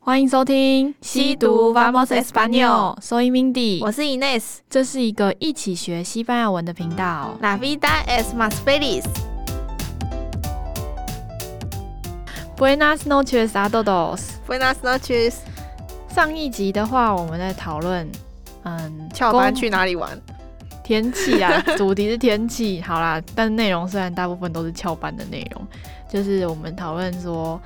欢迎收听《西读 Vamos Español Soy Mindy，我是 Ines。这是一个一起学西班牙文的频道。 La vida es más feliz。 Buenas noches, a todos。 Buenas noches。上一集的话，我们在讨论，嗯，翘班工去哪里玩？天气啊，主题是天气。好啦，但内容虽然大部分都是翘班的内容，就是我们讨论说，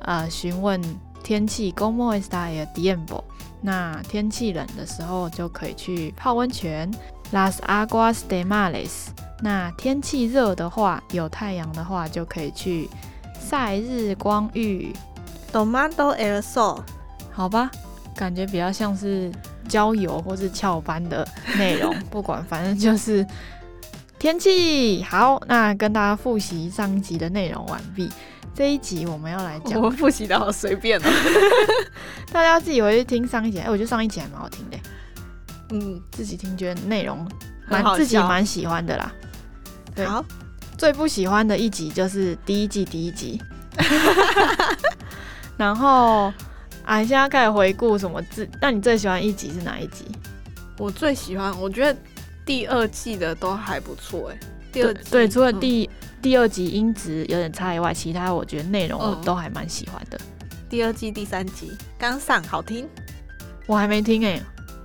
呃，询问天气 g o m o está el tiempo？那天气冷的时候就可以去泡温泉，las aguas de mares。那天气热的话，有太阳的话，就可以去晒日光浴。 Tomando el sol。好吧，感觉比较像是郊游或是翘班的内 容，不管，反正就是天气好。那跟大家复习上一集的内容完毕。这一集我们要来讲，我们复习的好随便哦。大家自己回去听上一集。哎、我觉得上一集还蛮好听的， 嗯，自己听觉得内容很蛮好笑自己蛮喜欢的啦。对好，最不喜欢的一集就是第一季第一 集，然后啊，现在开始回顾什么自，那你最喜欢一集是哪一集？我最喜欢，我觉得第二季的都还不错哎。第对二季对，除了嗯第、第二集音质有点差以外，其他我觉得内容我嗯都还蛮喜欢的。第二季第三集刚上，好听。我还没听哎、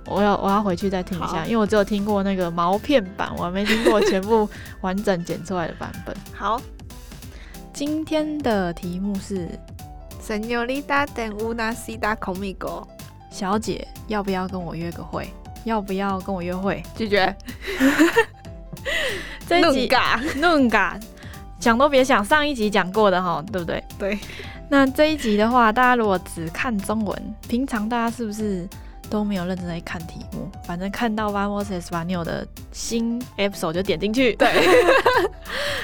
我要我要回去再听一下，好因为我只有听过那个毛片版，我还没听过全部完整剪出来的版本。 好今天的题目是： ，Señorita ten una cita conmigo。小姐要不要跟我约个会？要不要跟我约会？拒绝。这一集尬。弄嘎， 想都别想，上一集讲过的哈，对不对？ 对。那这一集的话，大家如果只看中文，平常大家是不是都没有认真在看题目？反正看到 Vamos Español 的新 episode 就点进去。对。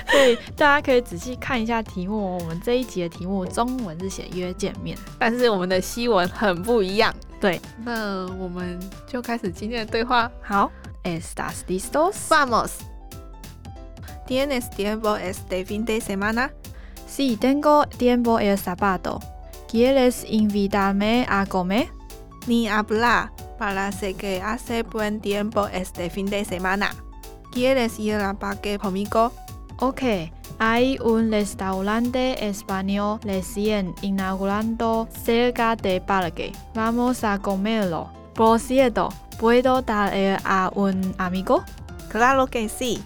所以大家可以仔细看一下题目哦。我们这一集的题目中文是写约见面，但是我们的西文很不一样。对，那我们就开始今天的对话。好，Estás listos? Vamos. Tienes tiempo este fin de semana? Si tengo tiempo el sábado, ¿quieres invitarme a comer? Ni hablar. Parece que hace buen tiempo este fin de semana. ¿Quieres ir al parque conmigo? Ok, hay un restaurante español recién inaugurado cerca de parque. Vamos a comerlo. Por cierto, ¿puedo traer a un amigo? Claro que sí.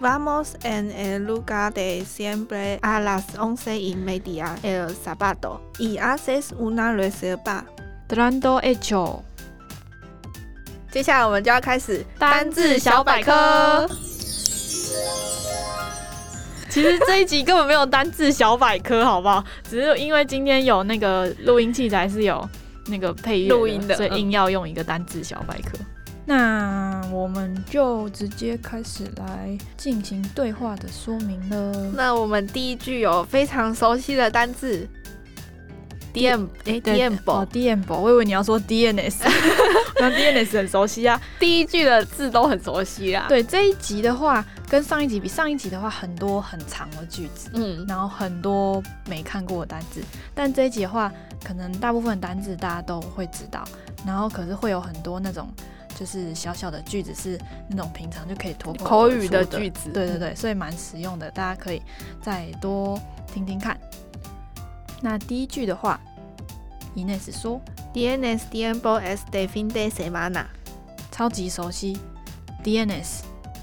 Vamos en el lugar de siempre a las once y media el sábado y haces una reserva. Trando hecho. 接下来我们就要开始单字小百科。其实这一集根本没有单字小百科，好不好？只是因为今天有那个录音器材是有那个配乐录音的所以硬要用一个单字小百科。那我们就直接开始来进行对话的说明了。那我们第一句有非常熟悉的单字 d m 哎 d 对 m 哦，DMB，我以为你要说 DNS，那 DNS 很熟悉啊。第一句的字都很熟悉啦。，对这一集的话，跟上一集比，上一集的话很多很长的句子，嗯，然后很多没看过的单字，但这一集的话，可能大部分单字大家都会知道，然后可是会有很多那种就是小小的句子是那种平常就可以脱口口而语出的的句子对对对，所以蛮实用的，大家可以再多听听看。那第一句的话，Ines 说 DNS tiempo es de fin de semana。超级熟悉，DNS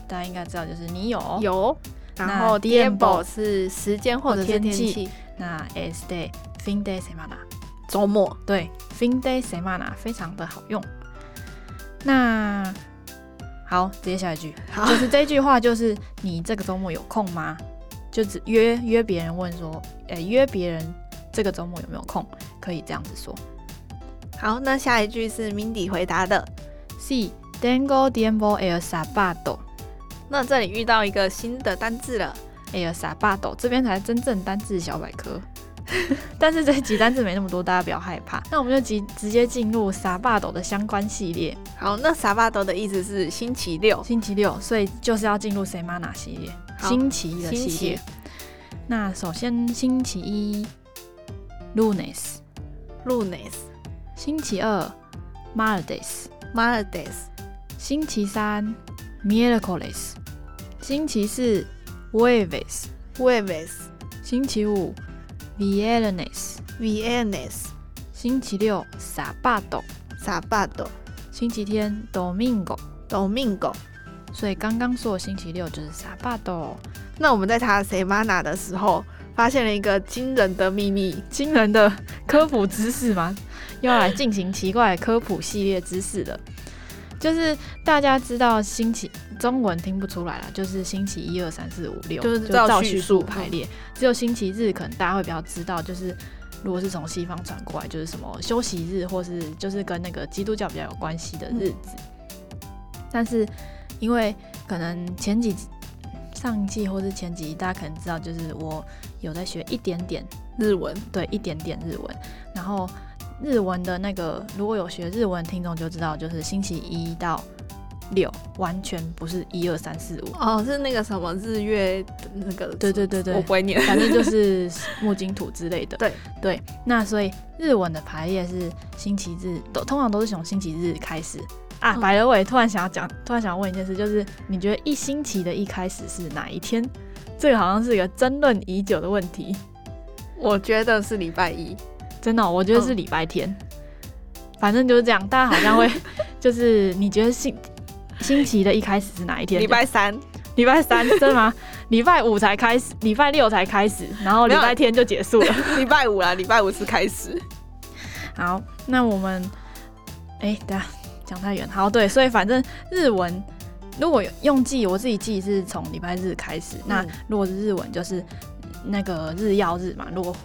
大家应该知道，就是你有有，然那后 tiempo tiempo 是时间或者是或哦天天气气，那 S day fin day semana。周末。对，fin day semana 非常的好用。那好，直接下一句，好就是这句话，就是你这个周末有空吗？就只约约别人问说，呃、约别人这个周末有没有空？可以这样子说好，那下一句是 Mindy 回答的。 ，Si tengo tiempo el sábado。那这里遇到一个新的单字了， el sábado 这边才真正单字小百科。 但是这集单字没那么多，大家不要害怕。那我们就直直接进入 sábado 的相关系列，好，那 Sabado 的意思是星期六，星期六，所以就是要进入 semana 系列，好星期一的星系列期。那首先星期一，lunes， lunes。星期二 martes， Martes, 星期三 miércoles，星期四 jueves， Jueves, 星期五 viernes， Viernes, 星期六 sábado， Sábado, 星期天 domingo。 Domingo。所以刚刚说的星期六就是 sábado。那我们在查 semana 的时候，发现了一个惊人的秘密。呃惊人的科普知识吗？ 要来进行奇怪的科普系列知识了。就是大家知道星期中文听不出来了，就是星期一二三四五六，就是照照叙叙述嗯述排列。只有星期日可能大家会比较知道，就是如果是从西方传过来，就是什么休息日，或是就是跟那个基督教比较有关系的日子。但是因为可能前几集上季或是前几集大家可能知道，就是我有在学一点点日文对，一点点日文。然后日文的那个，如果有学日文的听众就知道，就是星期一到六完全不是一二三四五，哦，是那个什么日月那个，对对对对我不会念。反正就是木金土之类的。对对，那所以日文的排列是星期日，都通常都是从星期日开始。啊，嗯白了伟突然想要讲，突然想要问一件事，就是你觉得一星期的一开始是哪一天？这个好像是一个争论已久的问题。我觉得是礼拜一，真的哦、我觉得嗯是礼拜天。反正就是这样，大家好 像会，就是你觉得星星期的一开始是哪一天？礼拜三， 礼拜三，真的吗？礼拜五才开始，礼拜六才开始，然后没礼有拜天就结束了。礼拜五啦，礼拜五是开始。 好，那我们，哎、等下讲太远。好，对，所以反正日文如果用记，我自己记是从礼拜日开始。那嗯如果是日文，就是那个日曜日嘛。如果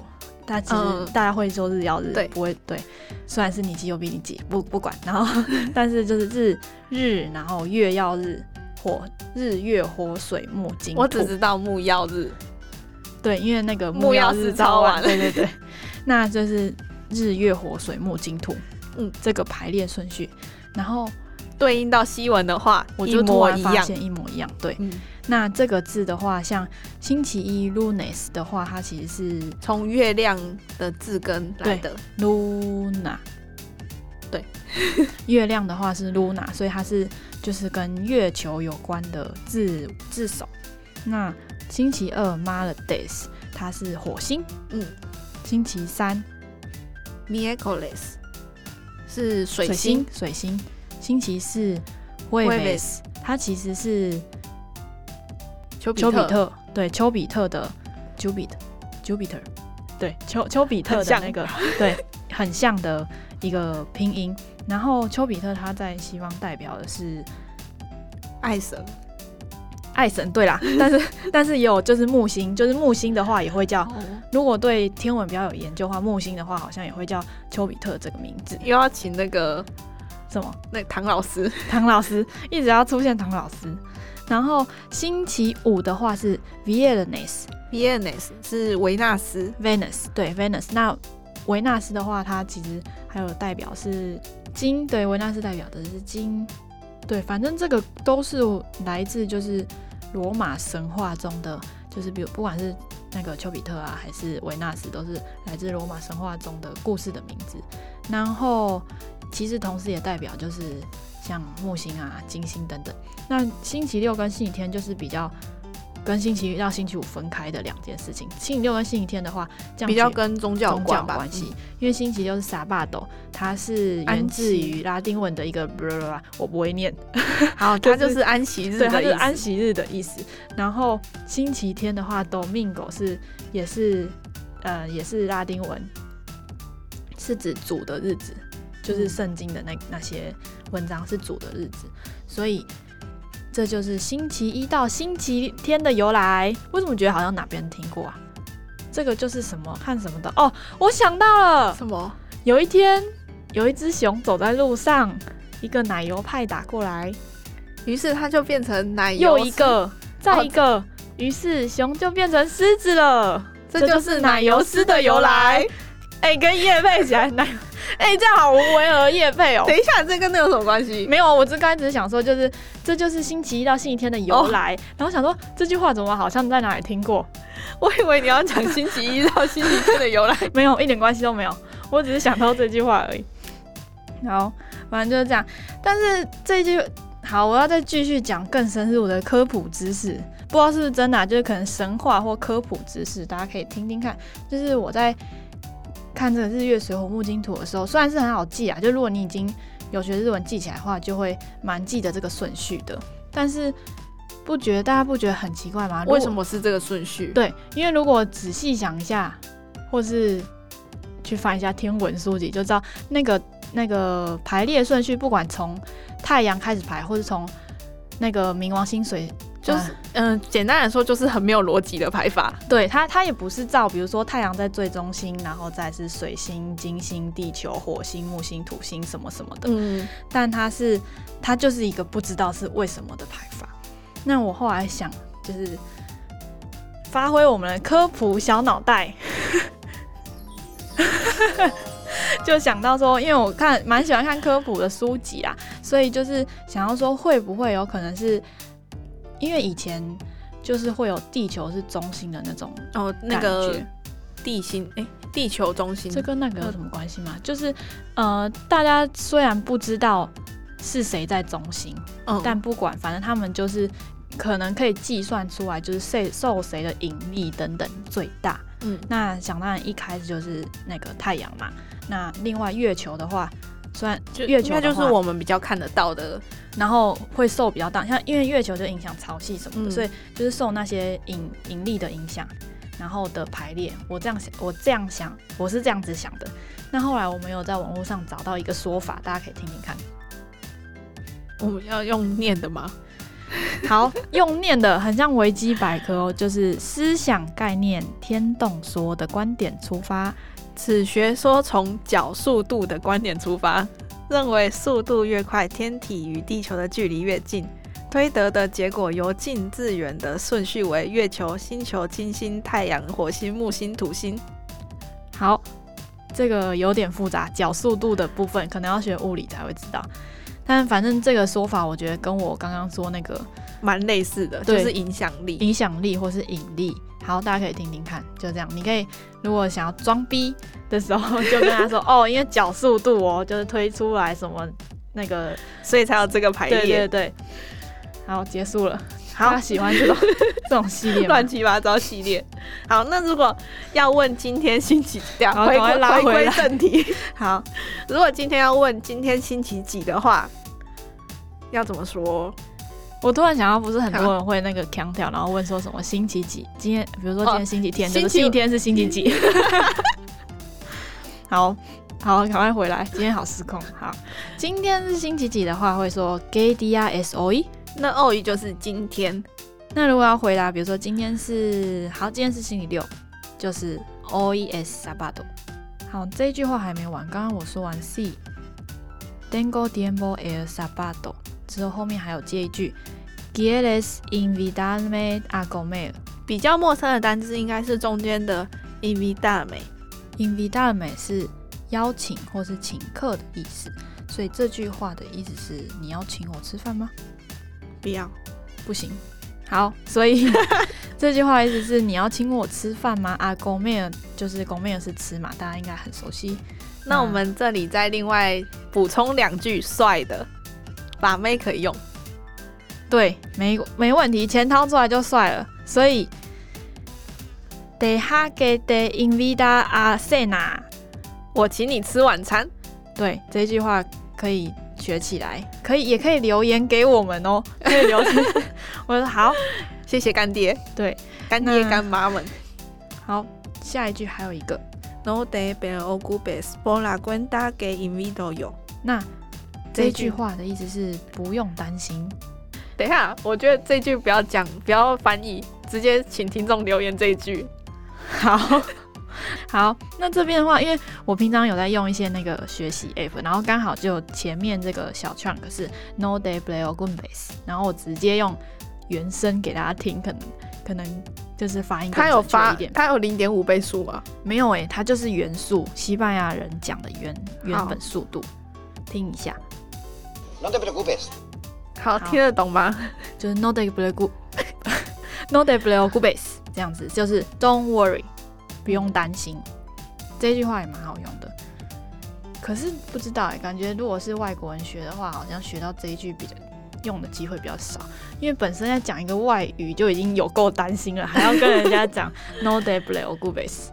大家其嗯实大家会说日曜日，对不会对。虽然是你记又比你记，不不管。然后，但是就是日日，然后月曜日。火日月火水木金土，我只知道木曜日，对，因为那个木曜日日早晚对对对，那就是日月火水木金土，嗯嗯，这个排列顺序，然后对应到西文的话，我一就突模啊然一发样。现一模一样，对。嗯，那这个字的话，像星期一 lunes 的话，它其实是从月亮的字根来的。 luna， 对，月亮的话是 luna，所以它是就是跟月球有关的字字首。那星期二 martes 它是火星，嗯星期三 Miércoles 是水星，水星。星期四 w e v e Jueves s 它其实是丘比丘特，比特，对，丘比特的 Jupiter Jupiter，对，丘丘比特很的像那个，对，很像的一个拼音。然后丘比特它在西方代表的是爱神，爱神，对啦，但是但是也有就是木星，就是木星的话也会哦叫，如果对天文比较有研究的话，木星的话好像也会叫丘比特这个名字，又要请那个什么？那唐老师，唐老师，一直要出现唐老师。然后星期五的话是 Venus Venus 是维纳斯， Venus，对 Venus。那维纳斯的话，它其实还有代表是金，对，维纳斯代表的是金。对，反正这个都是来自就是罗马神话中的，就是比如不管是那个丘比特啊，还是维纳斯，都是来自罗马神话中的故事的名字。然后其实同时也代表就是像木星啊、金星等等。那星期六跟星期天就是比较跟星期一到星期五分开的两件事情。星期六跟星期天的话，这样比较举跟宗教有宗教关吧。嗯关系，因为星期六是撒巴斗，它是安源自息于拉丁文的一个 blah blah blah，我不会念，嗯 好，就它是就是安息日对，它的是意安思。息日的意思。然后星期天的话，domingo 是也是呃也是拉丁文，是指主的日子，就是嗯圣经的那那些文章是主的日子，所以。这就是星期一到星期天的由来。为什么觉得好像哪边听过啊？这个就是什么看什么的哦，我想到了，什么？有一天，有一只熊走在路上，一个奶油派打过来，于是它就变成奶油，又一，个，再一个，于是熊就变成狮子了。这就是奶油丝的由来。哎、跟叶配起来奶油，哎、这样好无为而叶配哦。 等一下，这跟那有什么关 系？没有，我这刚才只是想说，就是这就是星期一到星期天的由来。哦然后想说这句话怎么好像在哪里听过？我以为你要 讲星期一到星期天的由来。没有，一点关系都没有。我只是想到这句话而已。好，反正就是这样。但是这句好，我要再继续讲更深入的科普知识，不知道是不是真的啊、就是可能神话或科普知识，大家可以听听看。就是我在看这个日月水火木金土的时候，虽然是很好记啊，就如果你已经有学日文记起来的话，就会蛮记得这个顺序的。但是不觉得大家不觉得很奇怪吗？如果为什么是这个顺序？，对，因为如果仔细想一下，或是去翻一下天文书籍，就知道那个那个排列顺序，不管从太阳开始排，或是从那个冥王星水，就是嗯、简单来说就是很没有逻辑的排法。对它它也不是照，比如说太阳在最中心，然后再是水星、金星、地球、火星、木星、土星什么什么的，嗯，但它是它就是一个不知道是为什么的排法。那我后来想，就是发挥我们的科普小脑袋， 就想到说，因为我看蛮喜欢看科普的书籍啊，所以就是想要说，会不会有可能是因为以前就是会有地球是中心的那种哦，那个感觉地心哎、地球中心这跟那个有什么关系吗？就是呃，大家虽然不知道是谁在中心，嗯但不管，反正他们就是可能可以计算出来，就是谁受谁的引力等等最大。嗯那想当然一开始就是那个太阳嘛。那另外月球的话，虽然就月球应该的就话是我们比较看得到的，然后会受比较大，像因为月球就影响潮汐什么的，嗯所以就是受那些引引力的影响，然后的排列。我这样想，我这样想，我是这样子想的。那后来我们有在网络上找到一个说法，大家可以听听看。我们要用念 的吗？好，用念的很像维基百科哦，就是思想概念天动说的观点出发。此学说从角速度的观点出发，认为速度越快，天体与地球的距离越近。推得的结果由近至远的顺序为月球、星球、金星、太阳、火星、木星、土星。好，这个有点复杂，角速度的部分可能要学物理才会知道。但反正这个说法，我觉得跟我刚刚说那个蛮类似的，就对是影响力。影响力或是引力。好，大家可以听听看，就这样。你可以如果想要装逼的时候，就跟他说哦，因为角速度哦，就是推出来什么那个，所以才有这个排对列。对对。好，结束了。大好家，喜欢 这种这种系列吗？ 乱七八糟系列。好，那如果要问今天星期几，好回赶快拉回回归来正 题。好，如果今天要问今天星期几的话，要怎么说？我突然想到，不是很多人会那个腔调，然后问说什么星期几？今天比如说今天星期天，就是星哦期星期天是星期几？ 好好，赶快回来，今天好失控。好，今天是星期几的话，会说 gay dia soe。那奥语就是今天，那如果要回答，比如说今天是好，今天是星期六，就是 O E S Sabado。好，这一句话还没完，刚刚我说完 C Tengo tiempo el Sabado 之后，后面还有接一句 Quieres invitarme a comer？比较陌生的单字应该是中间的 i v i d a m e invitarme 是邀请或是请客的意思，所以这句话的意思是你要请我吃饭吗？不要。不行。好，所以 这句话的意思是你要请我吃饭吗？啊，狗妹儿就是狗妹儿是吃嘛，大家应该很熟悉。那我们这里再另外补充两句帅的，把妹可以用。对，没没问题，钱掏出来就帅了。所以，deja que te invita a cena，我请你吃晚餐，对，这句话可以学起来，可以也可以留言给我们哦，可以留言。我说好，谢谢干爹、对，干爹、那干妈们。好，下一句还有一个， No de bel o g u b e s por la cuenta que invito yo。那这这一句句话的意思是不用担心。等一下，我觉得这句不要讲，不要翻译，直接请听众留言这一句。好。 好，那这边的话，因为我平常有在用一些那个学习 app，然后刚好就前面这个小 chunk 是 No Day Play or g o o n Bass，然后我直接用原声给大家听，可能可能就是发音更他有准确发一，点，他有零点五倍速吗？没有诶、它就是原速，西班牙人讲的原原好本速度，听一下， No te preocupes. 好，好听得懂吗？就是 No Day Play Good No Day Play or g o o n Bass 这样子，就是 Don't worry，不用担心，这句话也蛮好用的。可是不知道哎、感觉如果是外国人学的话，好像学到这一句比较用的机会比较少，因为本身在讲一个外语就已经有够担心了，还要跟人 家讲 no day play or good base。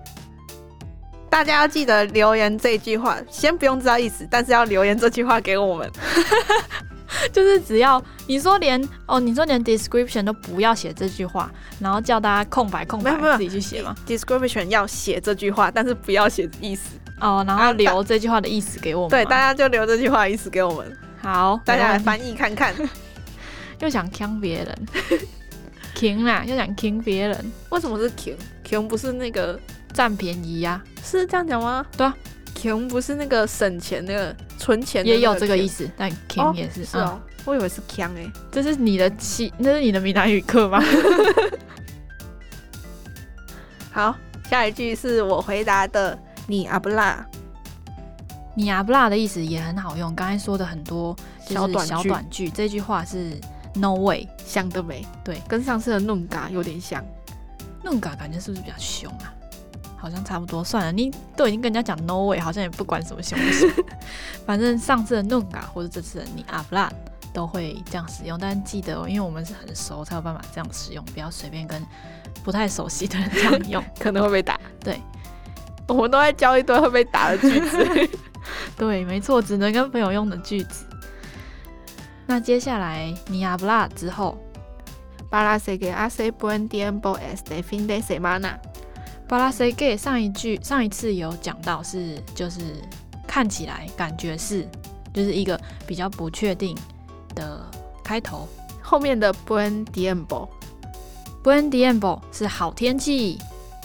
大家要记得留言这一句话，先不用知道意思，但是要留言这句话给我们。就是只要你说连哦，你说连 description 都不要写这句话，然后叫大家空白空白没有没有自己去写嘛。 description 要写这句话，但是不要写意思。哦，然后啊留这句话的意思给我们嘛。对，大家就留这句话意思给我们，好，大家来没问题翻译看看。又想坑别人 坑啦，又想坑别人 为什么是 king？king 不是那个占便宜啊呀、是这样讲吗？对啊，king 不是那个省钱那个存钱啊的那也有这个意思，思，但哦坑也是，是哦，我以为是腔哎、嗯，这是你的七，那是你的闽南语 课吗？好，下一句是我回答的，你阿不啦？你阿布拉的意思也很好用，刚才说的很多小就短是句小短句，这句话是 no way，想得美，对，跟上次的弄嘎有点像。那种感感觉是不是比较凶啊？好像差不多，算了，你都已经跟人家讲 no way，好像也不管什么凶不凶，反正上次的 no 啊，或者这次的你阿布拉都会这样使用，但记得、哦，因为我们是很熟才有办法这样使用，不要随便跟不太熟悉的人这样用。可能会被打。对，我们都在教一堆会被打的句 子。对，没错，只能跟朋友用的句子。那接下来你阿布拉之后， Para seguir hace buen tiempo este fin de semana。巴拉塞给上一句上一次有讲到是就是看起来感觉是就是一个比较不确定的开头。后面的 buen tiempo Buen tiempo 是好天气，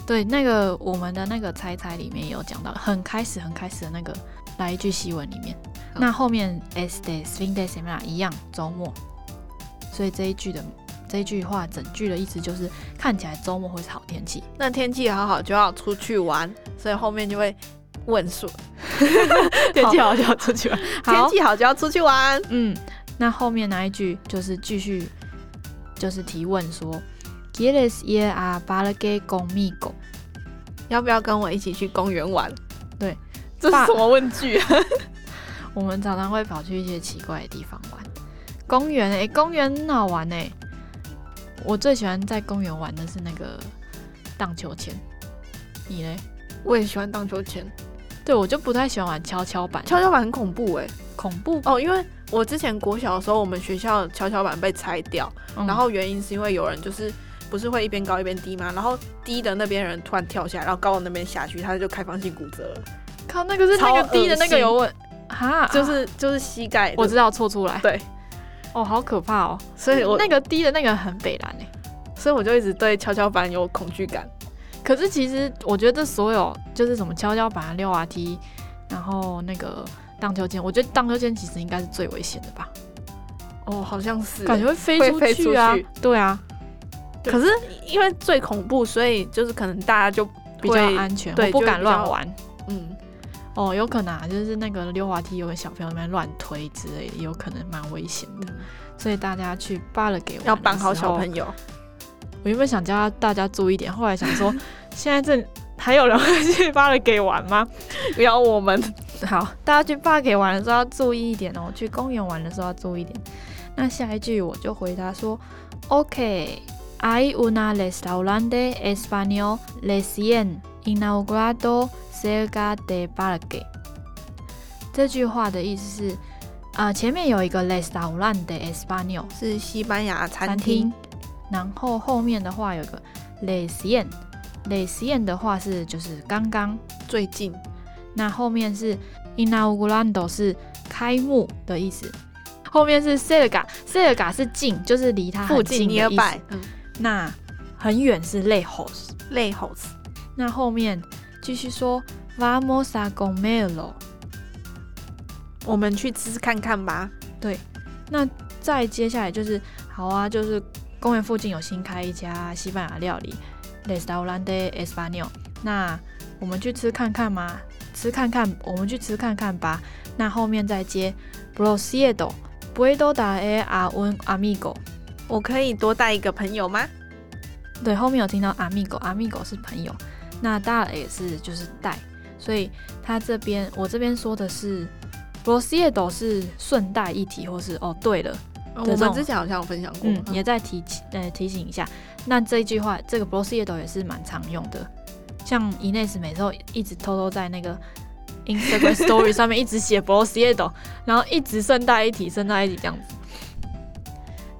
对，那个我们的那个猜猜里面也有讲到，很开始很开始的那个来一句西文里面，好那后面 este fin de semana 一样周末，所以这一句的这一句话整句的意思就是看起来周末会是好天气。那天气好好就要出去玩，所以后面就会问数，天气好就要出去玩，天好，气好就要出去玩。嗯，那后面那一句就是继续就是提问说，¿Quieres ir a parque conmigo？要不要跟我一起去公园玩？对，这是什么问句啊？我们常常会跑去一些奇怪的地方玩，公园哎、诶公园很好玩哎、我最喜欢在公园玩的是那个荡秋千，你嘞？ 我也喜欢荡秋千，对我就不太喜欢玩跷跷板，跷跷板很恐怖哎、恐怖。哦，因为我之前国小的时候，我们学校跷跷板被拆掉，嗯然后原因是因为有人就是。不是会一边高一边低吗？然后低的那边人突然跳下来，然后高的那边下去，他就开放性骨折了，靠那个是那个超低的恶那个心有问哈，就是就是膝盖。我知道错出来，对，哦好可怕哦，所以我那个低的那个很北蓝哎、所以我就一直对跷跷板有恐惧感。可是其实我觉得所有就是什么跷跷板、啊、溜滑梯，然后那个荡秋千，我觉得荡秋千其实应该是最危险的吧，哦，好像是欸、感觉会飞会出飞去出啊去，对啊，可是因为最恐怖，所以就是可能大家就比较会安全，对我不就敢比较乱玩。嗯，哦，有可能啊，就是那个溜滑梯，有个小朋友在那边乱推之类的，有可能蛮危险的。所以大家去扒了给我要绑好小友。朋友，我原本想叫大家注意一点，后来想说，现在这还有人会去扒了给玩吗？不 要我们好，大家去 bug 玩的时候要注意一点哦，去公园玩的时候要注意一点。那下一句我就回答说，OK，hay una restaurante español recién inaugurado cerca de Parque。这句话的意思是，啊，前面有一个 restaurante español 是西班牙餐餐厅厅，，然后后面的话有一个 recién。recién 的话是就是刚刚。最近啊那后面是 inaugurando 是开幕的意思，后面是 cerca，cerca 是近，就是离它附很近近的意 nearby 思。嗯那很远是 lejos。泪吼死。那后面继续说 vamos a comerlo。我们去吃吃看看吧。那再接下来就是好啊，就是公园附近有新开一家西班牙料理 Restaurante Español，那我们去吃看看吗？吃看看，我们去吃看看吧。那后面再接 Procedo。Puedo dar a un amigo。我可以多带一个朋友吗？对，后面有听到 amigo，amigo 是朋友，那 dar 也是就是带，所以它这边我这边说的是 r o s i e d o 是顺带一提，或是哦对了，呃对这我们种之前好像有分享过嗯嘛，，也再提起呃提醒一下。那这一句话，这个 b r o s i e d o 也是蛮常用的。像 Ines 每次都一直偷偷在那个 Instagram Story 上面一直写 b r o s i e d o 然后一直顺带一提，顺带一提这样子。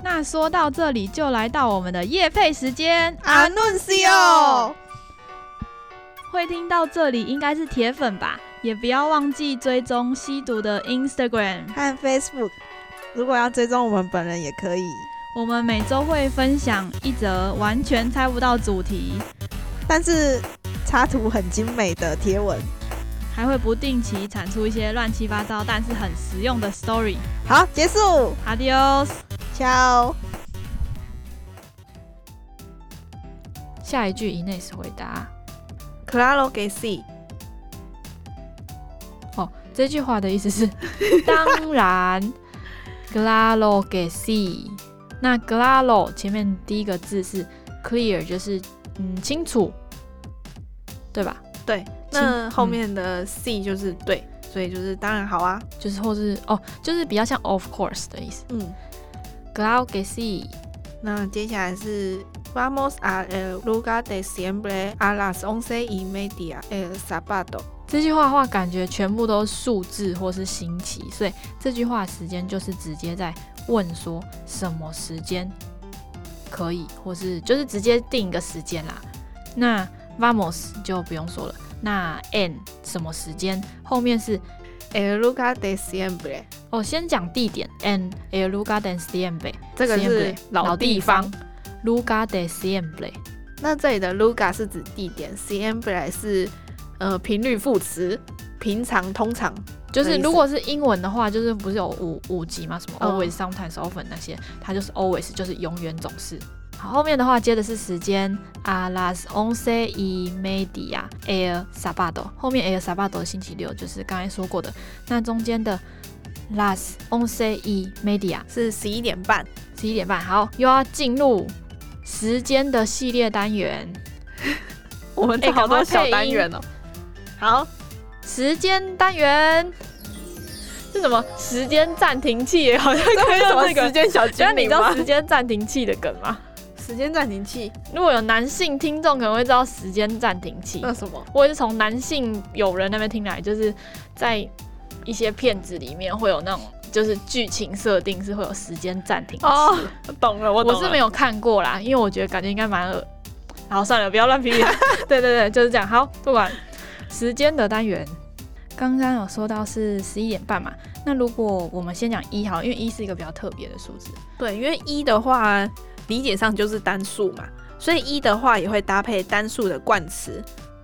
那说到这里，就来到我们的夜配时间。啊阿嫩西哦，会听到这里，应该是铁粉吧？也不要忘记追踪吸毒的 Instagram。和 Facebook，如果要追踪我们本人也可以。我们每周会分享一则完全猜不到主题，但是插图很精美的贴文，还会不定期产出一些乱七八糟但是很实用的 story。好，结束， Adios。 ciao。下一句 Ines 回答 Claro que sí，哦，这句话的意思是 当然，claro que sí。那 claro 前面第一个字是 clear，就是嗯清楚，对吧？对，请那后嗯面的 C 就是对，所以就是当然好啊，就是或是哦，就是比较像 of course 的意思。嗯， Claro que sí。那接下来是 Vamos a el lugar de siempre a las once y media el sábado，这句话的话，感觉全部都是数字或是星期，所以这句话的时间就是直接在问说什么时间可以，或是就是直接定一个时间啦。那 vamos 就不用说了，那 and 什么时间后面是 el lugar de siempre，哦，先讲地点 and el lugar de siempre，这个是 siempre，老地方。 lugar de siempre。那这里的 lugar 是指地点，siempre 是呃频率副词，平常、通常。就是的意思如果是英文的话，就是不是有五五级吗？什么嗯 always、sometimes、often 那些，它就是 always，就是永远、总是。好，后面的话接的是时间，a las once y media el sábado。后面 el sábado 星期六，就是刚才说过的。那中间的 las once y media 是十一点半。十一点半，好，又要进入时间的系列单元。我们这哎好赶快多小配单音元哦、 好，时间单元是什么？时间暂停器耶好像可以什么用这个时。间小就精是你灵知道吗？时间暂停器的梗吗？时间暂停器，如果有男性听众可能会知道时间暂停器，那什么？我也是从男性友人那边听来，就是在一些片子里面会有那种，就是剧情设定是会有时间暂停器。哦，懂了，我懂我了。是没有看过啦，因为我觉得感觉应该蛮恶。好，算了，不要乱 批评。对对对，就是这样。好，不管时间的单元，刚刚有说到是十一点半嘛。那如果我们先讲一好了，因为一是一个比较特别的数字。对，因为一的话，理解上就是单数嘛，所以一的话也会搭配单数的冠词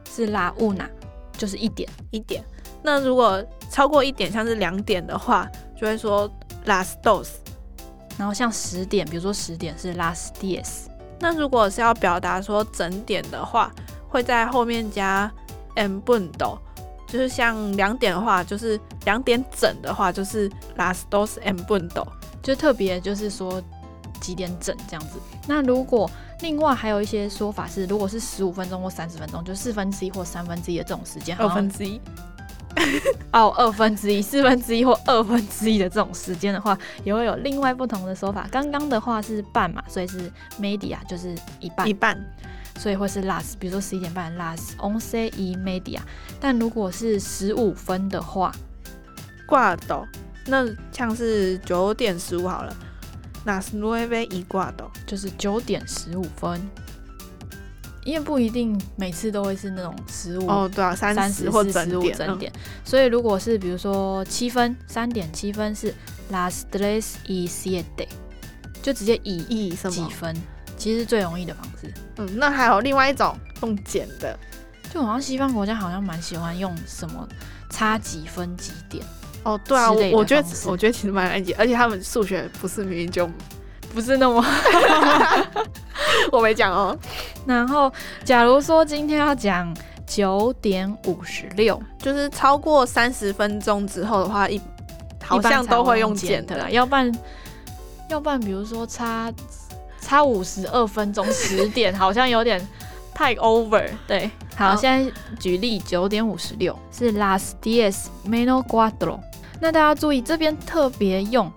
是拉乌娜，就是一点。一点。那如果超过一点，像是两点的话，就会说 las dos。然后像十点，比如说十点是 last days，那如果是要表达说整点的话，会在后面加 en punto，就是像两点的话，就是两点整的话，就是 las dos en punto。就特别就是说几点整这样子。那如果另外还有一些说法是，如果是十五分钟或三十分钟，就四分之一或三分之一的这种时间，好像之一，哦二分之一、四分之一或二分之一的这种时间的话，也会有另外不同的说法。刚刚的话是半嘛，所以是 media 就是一半一，半。所以会是 last，比如说十一点半 last once y media。但如果是十五分的话，挂斗，那像是九点十五好了，las nueve y 挂斗。就是九点十五分，因为不一定每次都会是那种十五、哦，对啊，三三十十或或整整点点，嗯整点，所以如果是比如说七分，三点七分是 las tres y siete，就直接以以什几么？分，其实最容易的方式。嗯，那还有另外一种用减的就好像西方国家好像蛮喜欢用什么差几分几点，哦，对啊，之类我的我觉得方式我觉得其实蛮难解，而且他们数学不是明明 就不是那么。我没讲哦，然后假如说今天要讲九点五十六，就是超过三十分钟之后的话，一好一般像才都会用用减的的啦，要不然要不然比如说差差五十二分钟十点，好像有点太 over。对，好，好现在举例九点五十六是 las diez menos cuatro，那大家注意这边特别用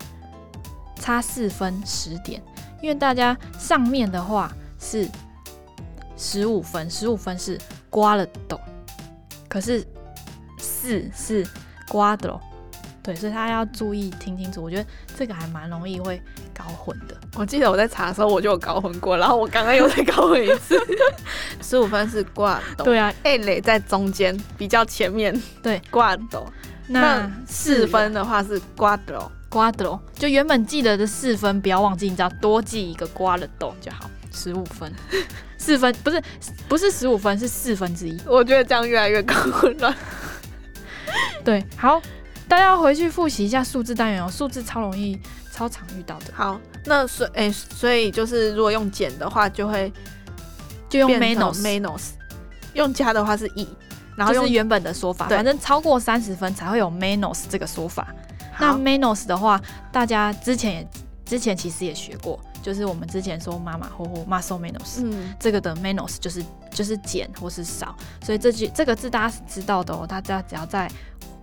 差四分十点，因为大家上面的话是十五分，十五分是刮了斗，可是四是刮的咯，对，所以大家要注意听清楚，我觉得这个还蛮容易会搞混的。我记得我在查的时候我就有搞混过，然后我刚刚又再搞混一次。十五分是挂斗，对啊，哎嘞在中间比较前面，对挂斗。那四分的话是挂斗，瓜的咯，就原本记得的四分，不要忘记，你只要多记一个瓜了豆就好，十五 分，四分不是不是十五分，是四分之一。我觉得这样越来越搞混乱。对，好，大家回去复习一下数字单元哦，数字超容易超常遇到的，好，那所哎、所以就是如果用减的话，就会就用变成 menos， menos，用加的话是 e，然后就用是原本的说法，对反正超过三十分才会有 menos 这个说法。那好 menos 的话，大家之前也之前其实也学过，就是我们之前说马马虎虎 muscle menos，嗯这个的 menos 就是就是减或是少，所以这句这个字大家是知道的哦，大家只要再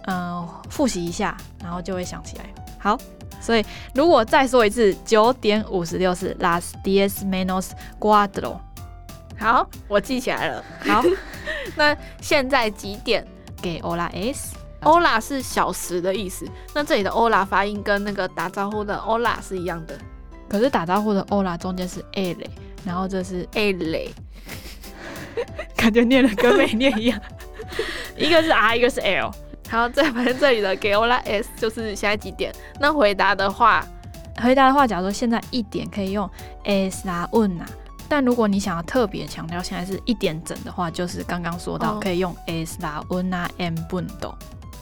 嗯复习一下，然后就会想起来。好，所以如果再说一次，九点五十六是 las diez menos cuatro。好，我记起来了。 好那现在几点给 hola es，欧拉是小时的意思，那这里的欧拉发音跟那个打招呼的欧拉是一样的。可是打招呼的 hola 中间是 e 嘞，然后这是哎嘞，感觉念了跟没念一样， 一个是 r，一个是 l。好，这反正这里的给欧拉 s 就是现在几点？那回答的话，回答的话，假如说现在一点可以用 es 啦、un 啦，啊但如果你想要特别强调现在是一点整的话，就是刚刚说到哦可以用 es 啦、un 啦、m 啊 bundo。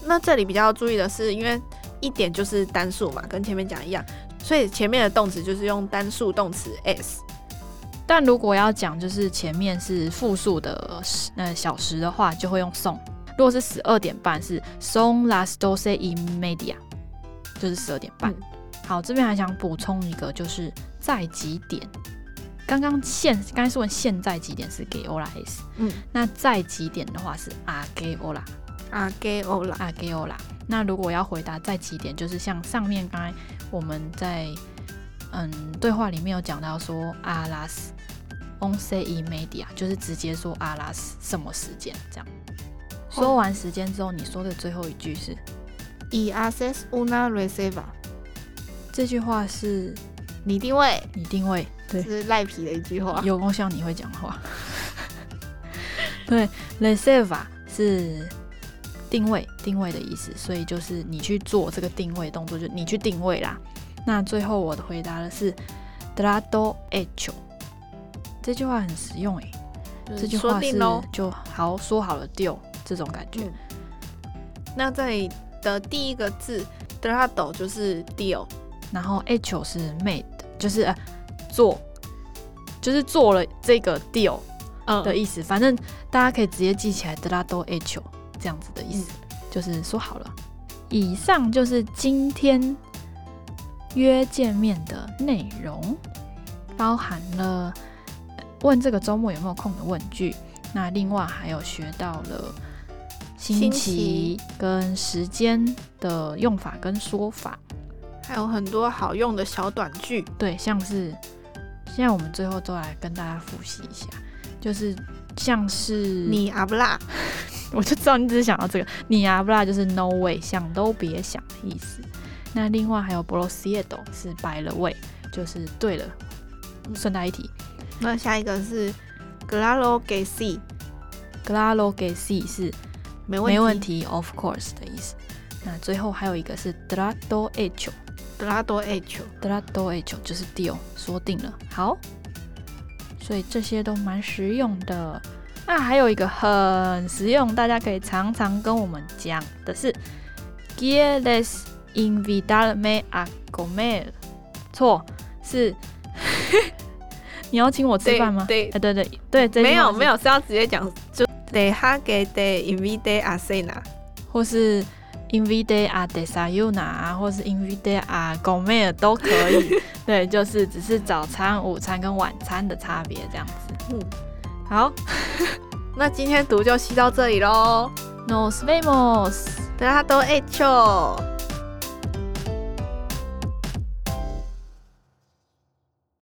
那这里比较要注意的是，因为一点就是单数嘛，跟前面讲一样，所以前面的动词就是用单数动词 s。但如果要讲就是前面是复数的时呃小时的话，就会用 son。如果是十二点半是 son las doce y media，就是十二点半。嗯好，这边还想补充一个，就是在几点？刚刚现刚才是问现在几点是给 ola s，嗯，那在几点的话是 a g e ola 啊，给欧拉。 a g e ola。那如果要回答在几点，就是像上面刚才我们在嗯对话里面有讲到说 a las once y media，就是直接说 a las 什么时间这样。说完时间之后，你说的最后一句是 Y haces una reserva。这句话是你定位你定位对是赖皮的一句话。有功效你会讲话。 对，reserva 是定位定位的意思，所以就是你去做这个定位动作，就你去定位啦。那最后我的回答的是 drado hecho，这句话很实用诶、就是这句嗯说话定哦是喽。就好说好了丢这种感觉。嗯那这里的第一个字 d r a d o 就是 deal，然后 hecho 是 made，就是、呃、做，就是做了这个 deal，嗯的意思。反正大家可以直接记起来 d 拉多 h 哦这样子的意思，就是说好了。以上就是今天约见面的内容，包含了呃问这个周末有没有空的问句，那另外还有学到了星星期期跟时间的用法跟说法。还有很多好用的小短句。对，像是现在我们最后都来跟大家复习一下，就是像是你阿不啦，我就知道你只是想到这个。你啊，不啦，就是 no way，想都别想的意思。那另外还有 b r o s i e d o 是 by the way，就是对了。顺带一提那下一个是 claro que sí， ，claro que sí 是没没问问题，of course 的意思。那最后还有一个是 trato hecho，trato d r a d o h hecho 就是 deal，说定了。好，所以这些都蛮实用的。那还有一个很实用，大家可以常常跟我们讲的是 “Quieres invitarme a comer？” 错，是 你要请我吃饭吗？对哎，对对对，这句话没有是没，有是要直接讲就 de ha que de invite a cena，或是 “invite a desayuno” 啊，或是 “invite a comer” 都可以。对，就是只是早餐、午餐跟晚餐的差别这样子。嗯，好，那今天读就吸到这里喽， Nos vemos。大家都爱 h